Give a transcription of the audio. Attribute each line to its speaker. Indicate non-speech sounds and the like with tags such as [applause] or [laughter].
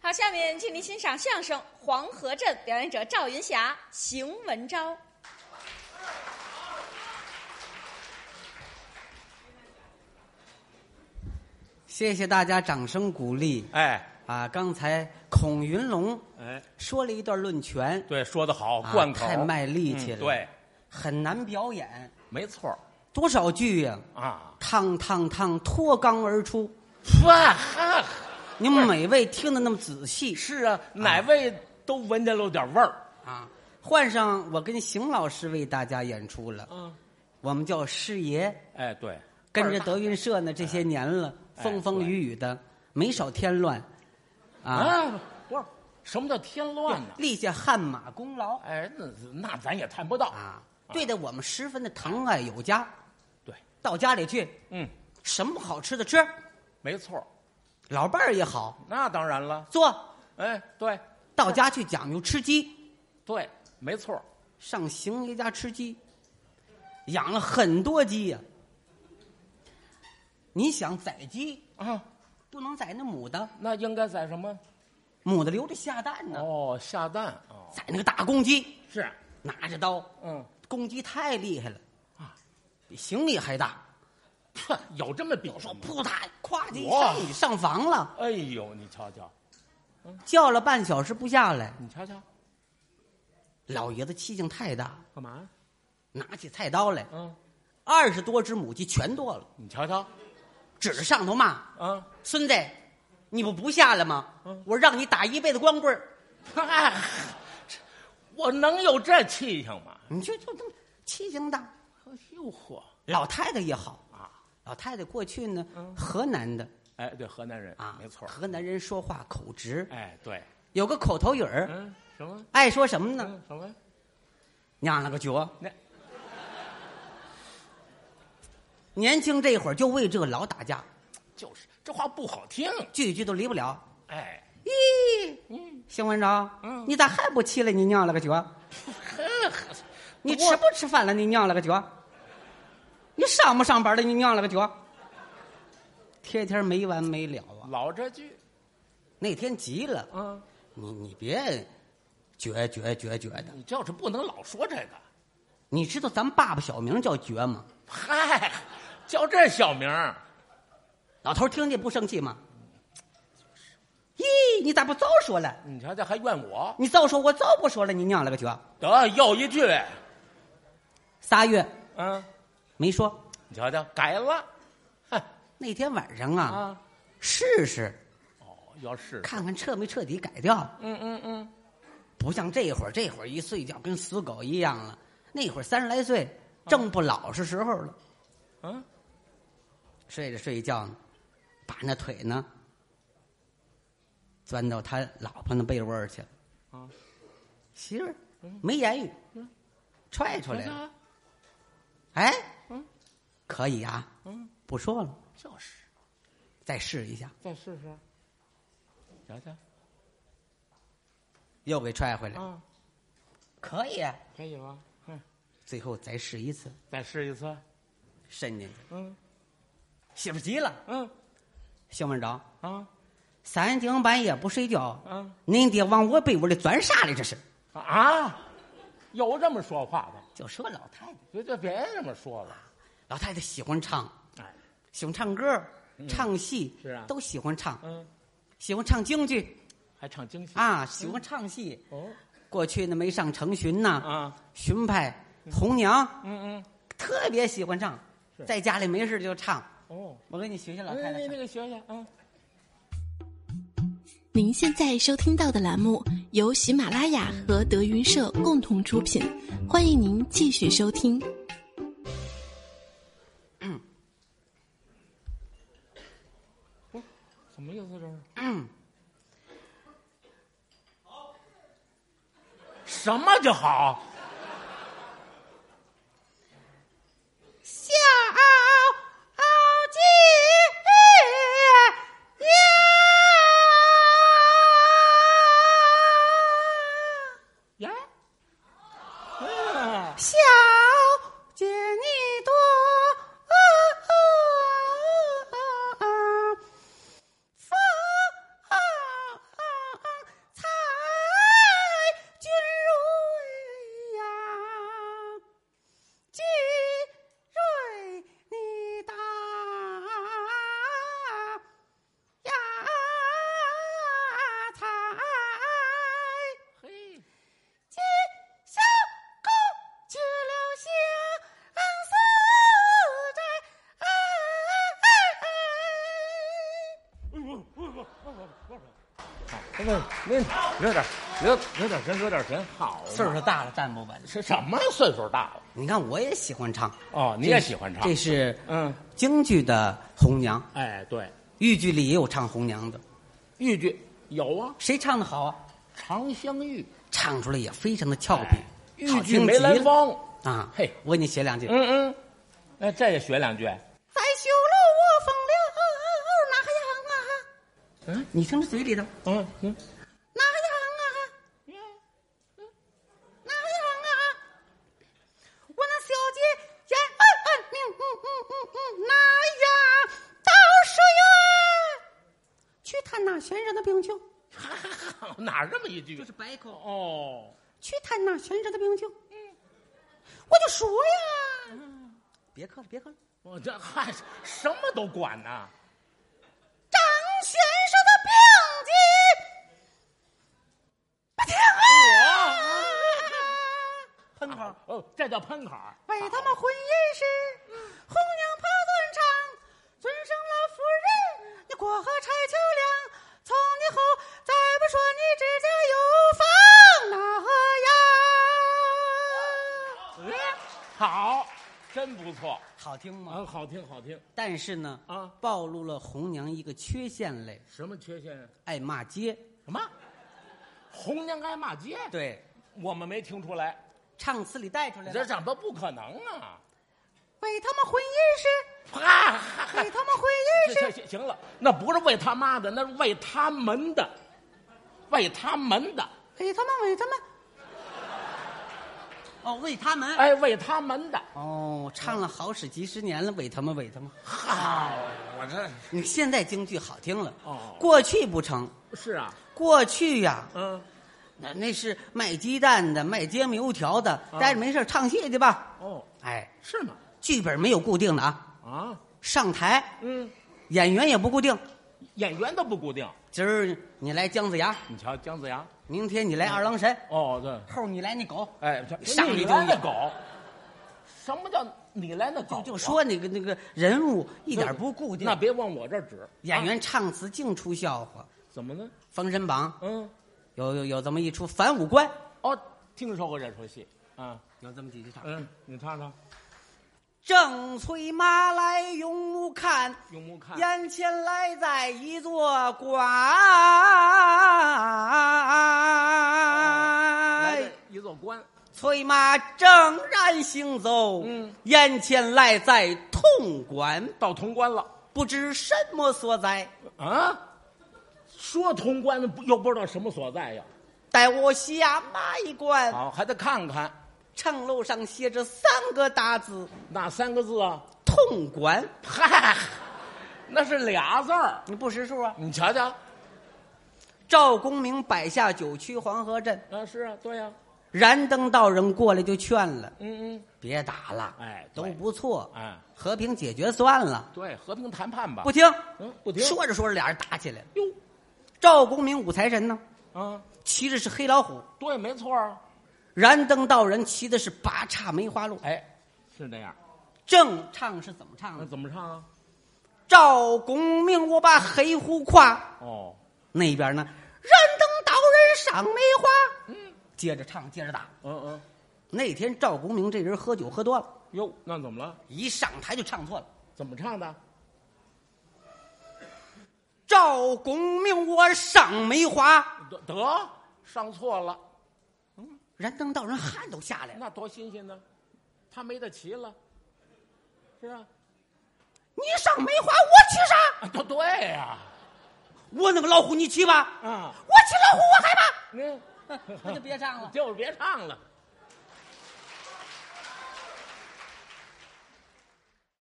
Speaker 1: 好，下面请您欣赏相声《黄河镇》，表演者赵云霞、邢文昭。
Speaker 2: 谢谢大家掌声鼓励。
Speaker 3: 哎
Speaker 2: 啊，刚才孔云龙
Speaker 3: 哎，
Speaker 2: 说了一段论拳，
Speaker 3: 对，说得好，
Speaker 2: 啊
Speaker 3: 贯口、
Speaker 2: 太卖力气了
Speaker 3: 嗯对，
Speaker 2: 很难表演，
Speaker 3: 没错儿
Speaker 2: 多少句呀、
Speaker 3: 啊，
Speaker 2: 趟趟趟，脱肛而出。
Speaker 3: 哇哈，
Speaker 2: 你们每位听的那么仔细
Speaker 3: 是啊， [laughs] 哪位都闻见了点味儿。
Speaker 2: 啊！换上我跟邢老师为大家演出了，
Speaker 3: 嗯，
Speaker 2: 我们叫师爷，
Speaker 3: 哎，对，
Speaker 2: 跟着德云社呢这些年了，
Speaker 3: 哎
Speaker 2: 风风雨雨的，没少添乱，啊，
Speaker 3: 啊，不是，什么叫添乱呢？
Speaker 2: 立下汗马功劳
Speaker 3: 哎，那那咱也探不到。
Speaker 2: 啊，对待我们十分的疼爱有加。
Speaker 3: 对，
Speaker 2: 到家里去，
Speaker 3: 嗯，
Speaker 2: 什么好吃的吃，
Speaker 3: 没错儿，
Speaker 2: 老伴儿也好
Speaker 3: 那当然了。
Speaker 2: 做，
Speaker 3: 哎，对，
Speaker 2: 到家去讲究吃鸡，
Speaker 3: 对，没错儿，
Speaker 2: 上邢爷家吃鸡，养了很多鸡呀、你想宰鸡，
Speaker 3: 啊，
Speaker 2: 不能宰那母的，
Speaker 3: 那应该宰什么？
Speaker 2: 母的留着下蛋呢，
Speaker 3: 哦，下蛋哦，
Speaker 2: 宰那个大公鸡，
Speaker 3: 是，
Speaker 2: 拿着刀，
Speaker 3: 嗯，
Speaker 2: 公鸡太厉害了，啊比行李还大，
Speaker 3: 哼，有这么比
Speaker 2: 说
Speaker 3: 吗？
Speaker 2: 扑嗒，咵叽
Speaker 3: 哇
Speaker 2: 上女上房了，
Speaker 3: 哎呦，你瞧瞧，
Speaker 2: 叫了半小时不下来，
Speaker 3: 你瞧瞧，
Speaker 2: 老爷子气性太大，
Speaker 3: 干嘛呀？
Speaker 2: 拿起菜刀来，
Speaker 3: 嗯，
Speaker 2: 二十多只母鸡全剁了，
Speaker 3: 你瞧瞧，
Speaker 2: 指着上头骂。
Speaker 3: 啊，
Speaker 2: 孙子，你不不下来吗？
Speaker 3: 嗯
Speaker 2: 我让你打一辈子光棍儿
Speaker 3: 嗨， [laughs] 我能有这气性吗？
Speaker 2: 你就就这么气性大。
Speaker 3: 哎呦嚯！
Speaker 2: 老太太也好
Speaker 3: 啊，
Speaker 2: 老太太过去呢，河南的
Speaker 3: 哎，对，河南人
Speaker 2: 啊，
Speaker 3: 没错。
Speaker 2: 河南人说话口直，
Speaker 3: 哎，对，
Speaker 2: 有个口头语儿，
Speaker 3: 嗯，什么？
Speaker 2: 爱说什么呢？
Speaker 3: 嗯，什么？
Speaker 2: 娘了个脚
Speaker 3: 那！
Speaker 2: 年轻这会儿就为这个老打架，
Speaker 3: 就是这话不好听。
Speaker 2: 句句都离不了。
Speaker 3: 哎，
Speaker 2: 咦，邢文昭，你咋还不起来？你娘了个脚！你吃不吃饭了？你娘了个脚！你上不上班了？你娘了个脚！天天没完没了啊！
Speaker 3: 老这句，
Speaker 2: 那天急了，
Speaker 3: 嗯，
Speaker 2: 你你别绝绝绝绝的，
Speaker 3: 你就是不能老说这个。
Speaker 2: 你知道咱爸爸小名叫绝吗？
Speaker 3: 嗨，叫这小名儿
Speaker 2: 老头听见不生气吗？咦，你咋不早说了？
Speaker 3: 你瞧瞧还怨我？
Speaker 2: 你早说，我早不说了，你娘了个脚！
Speaker 3: 得又一句，
Speaker 2: 仨月
Speaker 3: 嗯，
Speaker 2: 没说，
Speaker 3: 你瞧瞧改了。哼
Speaker 2: 那天晚上啊，
Speaker 3: 啊，
Speaker 2: 试试
Speaker 3: 哦，要是
Speaker 2: 看看彻没彻底改掉，
Speaker 3: 嗯嗯嗯，
Speaker 2: 不像这会儿，这会儿一睡觉跟死狗一样了。那会儿三十来岁，正不老实时候了。
Speaker 3: 嗯，
Speaker 2: 睡着睡觉呢，把那腿呢钻到他老婆那被窝儿去了。
Speaker 3: 啊，
Speaker 2: 媳妇儿没言语，踹出来
Speaker 3: 瞧
Speaker 2: 了。
Speaker 3: 瞧
Speaker 2: 哎
Speaker 3: 嗯，
Speaker 2: 可以啊，
Speaker 3: 嗯，
Speaker 2: 不说了，
Speaker 3: 就是。
Speaker 2: 再试一下，
Speaker 3: 再试试，瞧瞧
Speaker 2: 又给踹回来，
Speaker 3: 啊，
Speaker 2: 可以啊。
Speaker 3: 可以吧？嗯，
Speaker 2: 最后再试一次，
Speaker 3: 再试一次。
Speaker 2: 伸进去。
Speaker 3: 嗯
Speaker 2: 媳妇儿急了，
Speaker 3: 嗯
Speaker 2: 邢文长，
Speaker 3: 啊
Speaker 2: 三更半夜不睡觉，
Speaker 3: 嗯
Speaker 2: 您得往我被窝里钻啥来？这是？
Speaker 3: 啊，有这么说话的，
Speaker 2: 就说老太太，
Speaker 3: 就就别这么说了。
Speaker 2: 老太太喜欢唱，
Speaker 3: 哎，嗯
Speaker 2: 喜欢唱歌，唱戏，
Speaker 3: 是啊
Speaker 2: 都喜欢唱，
Speaker 3: 嗯，
Speaker 2: 喜欢唱京剧
Speaker 3: 还唱京戏
Speaker 2: 啊，喜欢唱戏。
Speaker 3: 哦
Speaker 2: 过去呢，没上成巡呐，
Speaker 3: 啊，
Speaker 2: 巡派、红娘，
Speaker 3: 嗯嗯
Speaker 2: 特别喜欢唱，
Speaker 3: 是
Speaker 2: 在家里没事就唱。
Speaker 3: 哦，
Speaker 2: 我给你学学老
Speaker 3: 那
Speaker 2: 太太
Speaker 3: 那那
Speaker 2: 唱。
Speaker 3: 个学学啊，
Speaker 4: 您现在收听到的栏目由喜马拉雅和德云社共同出品，欢迎您继续收听。
Speaker 3: 什么意思这是？什么就好？
Speaker 2: 小鸡呀，
Speaker 3: 呀？啊
Speaker 2: 小姐你多。放
Speaker 5: 不
Speaker 3: 那
Speaker 5: 是，
Speaker 3: 个那留点留留点神，留点神，好嘛
Speaker 2: 岁数大了站不稳。
Speaker 3: 是什么岁数大了？
Speaker 2: 你看我也喜欢唱，
Speaker 3: 哦，你也喜欢唱
Speaker 2: 这？是
Speaker 3: 嗯，
Speaker 2: 京剧的红娘，
Speaker 3: 哎，对，
Speaker 2: 豫剧里也有唱红娘的，
Speaker 3: 豫剧有啊，
Speaker 2: 谁唱的好啊？
Speaker 3: 《长香玉》
Speaker 2: 唱出来也非常的俏皮
Speaker 3: 哎，
Speaker 2: 好
Speaker 3: 豫剧
Speaker 2: 听
Speaker 3: 梅
Speaker 2: 极
Speaker 3: 兰
Speaker 2: 了
Speaker 3: 芳，
Speaker 2: 啊！
Speaker 3: 嘿
Speaker 2: 我给你写两句。
Speaker 3: 嗯嗯，那这也学两句。
Speaker 2: 在修路我风流哪样啊？嗯，你听这嘴里头
Speaker 3: 嗯嗯，
Speaker 2: 哪样啊？哪样啊？我那小姐眼嗯嗯嗯嗯嗯嗯嗯，哪样都是缘。去探那先生的病情，
Speaker 3: [laughs] 哪儿这么一句？
Speaker 2: 白口。
Speaker 3: 哦，
Speaker 2: 去探那先生的病情。我就说呀，嗯别客了，别客了，
Speaker 3: 我这嗨，什么都管呐。
Speaker 2: 张先生的病情不听啊！
Speaker 3: 喷口儿，哦，这叫喷口儿。
Speaker 2: 为他们婚姻事，红娘跑断肠，尊生老夫人，你过河拆桥梁，从今后再不说你指甲有房哪哎呀？
Speaker 3: 嗯，好，真不错，
Speaker 2: [laughs] 好听吗？
Speaker 3: 啊，好听好听。
Speaker 2: [laughs] 但是呢，
Speaker 3: 啊
Speaker 2: 暴露了红娘一个缺陷嘞，
Speaker 3: 什么缺陷？啊
Speaker 2: 爱骂街。
Speaker 3: 什么？红娘爱骂街？，
Speaker 2: 对，
Speaker 3: 我们没听出来，
Speaker 2: 唱词里带出来
Speaker 3: 这怎么不可能啊？
Speaker 2: 为他们婚姻
Speaker 3: [laughs]
Speaker 2: 事，
Speaker 3: 啪！
Speaker 2: 为他们婚姻
Speaker 3: 行
Speaker 2: 事，
Speaker 3: 行行了，那不是为他妈的，那是为他们的，为他们的，
Speaker 2: 为哎他们为他们。哦，为他们。
Speaker 3: 哎，为他们的。
Speaker 2: 哦，唱了好使几十年了，为他们为他们。
Speaker 3: 好，哦我这
Speaker 2: 你现在京剧好听了，
Speaker 3: 哦
Speaker 2: 过去不成，
Speaker 3: 是啊，
Speaker 2: 过去呀、
Speaker 3: 嗯，
Speaker 2: 那那是卖鸡蛋的，卖煎饼油条的，待着没事儿唱戏去吧。
Speaker 3: 哦，
Speaker 2: 哎，
Speaker 3: 是吗？
Speaker 2: 剧本没有固定的啊，
Speaker 3: 啊，
Speaker 2: 上台
Speaker 3: 嗯，
Speaker 2: 演员也不固定，
Speaker 3: 演员都不固定。
Speaker 2: 今儿你来姜子牙，
Speaker 3: 你瞧姜子牙，
Speaker 2: 明天你来二郎神，
Speaker 3: 哦，对，
Speaker 2: 后儿你来那狗，
Speaker 3: 哎，
Speaker 2: 上
Speaker 3: 你
Speaker 2: 去就
Speaker 3: 来那
Speaker 2: 演
Speaker 3: 狗，什么叫你来那狗
Speaker 2: 就
Speaker 3: 啊？
Speaker 2: 就说那个那个人物一点儿不固定
Speaker 3: 那，别往我这儿指。
Speaker 2: 演
Speaker 3: 啊
Speaker 2: 员唱词净出笑话，《
Speaker 3: 怎么呢？
Speaker 2: 封神榜》
Speaker 3: 嗯，
Speaker 2: 有有有这么一出反五官，
Speaker 3: 哦，听说过这出戏啊。
Speaker 2: 有这么几句唱。
Speaker 3: 嗯，你唱唱《
Speaker 2: 正催马来永无看，
Speaker 3: 永无看》。
Speaker 2: 眼前来在一座关。哦
Speaker 3: 来的一座关，
Speaker 2: 催马正然行走，
Speaker 3: 嗯
Speaker 2: 眼前来在潼关，
Speaker 3: 到潼关了
Speaker 2: 不知什么所在。
Speaker 3: 啊！说潼关的不又不知道什么所在呀？
Speaker 2: 待我下马一关，
Speaker 3: 好，还得看看
Speaker 2: 城楼上写着三个大字
Speaker 3: 哪三个字啊？
Speaker 2: “潼关
Speaker 3: 嗨，那是俩字儿”，。
Speaker 2: 你不识数啊？
Speaker 3: 你瞧瞧，
Speaker 2: 赵公明摆下九曲黄河阵，
Speaker 3: 啊，是啊，对呀、
Speaker 2: 燃灯道人过来就劝了。
Speaker 3: 嗯嗯，
Speaker 2: 别打了，
Speaker 3: 哎
Speaker 2: 都
Speaker 3: 对
Speaker 2: 不错，
Speaker 3: 哎
Speaker 2: 和平解决算了，
Speaker 3: 对，和平谈判吧。
Speaker 2: 不，听，
Speaker 3: 嗯，不听。
Speaker 2: 说着说着俩人打起来了。
Speaker 3: 哟，
Speaker 2: 赵公明五财神呢，
Speaker 3: 啊，
Speaker 2: 骑着是黑老虎，
Speaker 3: 对，没错啊。
Speaker 2: 燃灯道人骑的是八叉梅花鹿。
Speaker 3: 哎，是那样。
Speaker 2: 正唱是怎么唱
Speaker 3: 那
Speaker 2: 的？
Speaker 3: 怎么唱啊？
Speaker 2: 赵公明，我把黑虎跨，
Speaker 3: 哦，
Speaker 2: 那边呢，燃灯道人赏梅花。嗯，接着唱，接着打。
Speaker 3: 嗯嗯，
Speaker 2: 那天赵公明这人喝酒喝多了，
Speaker 3: 哟，那怎么了？
Speaker 2: 一上台就唱错了。
Speaker 3: 怎么唱的？
Speaker 2: 赵公明，我赏梅花。
Speaker 3: 得得，上错了，
Speaker 2: 燃灯道人汗都下来了。
Speaker 3: 那多新鲜呢！他没得骑了，是啊，
Speaker 2: 你赏梅花，我骑啥？
Speaker 3: 啊都 [laughs] 对呀、
Speaker 2: 我那个老虎你骑吧，
Speaker 3: 啊，
Speaker 2: 我骑老虎我害怕。
Speaker 3: 那
Speaker 2: 那就别唱了。
Speaker 3: [laughs] 就是别唱了。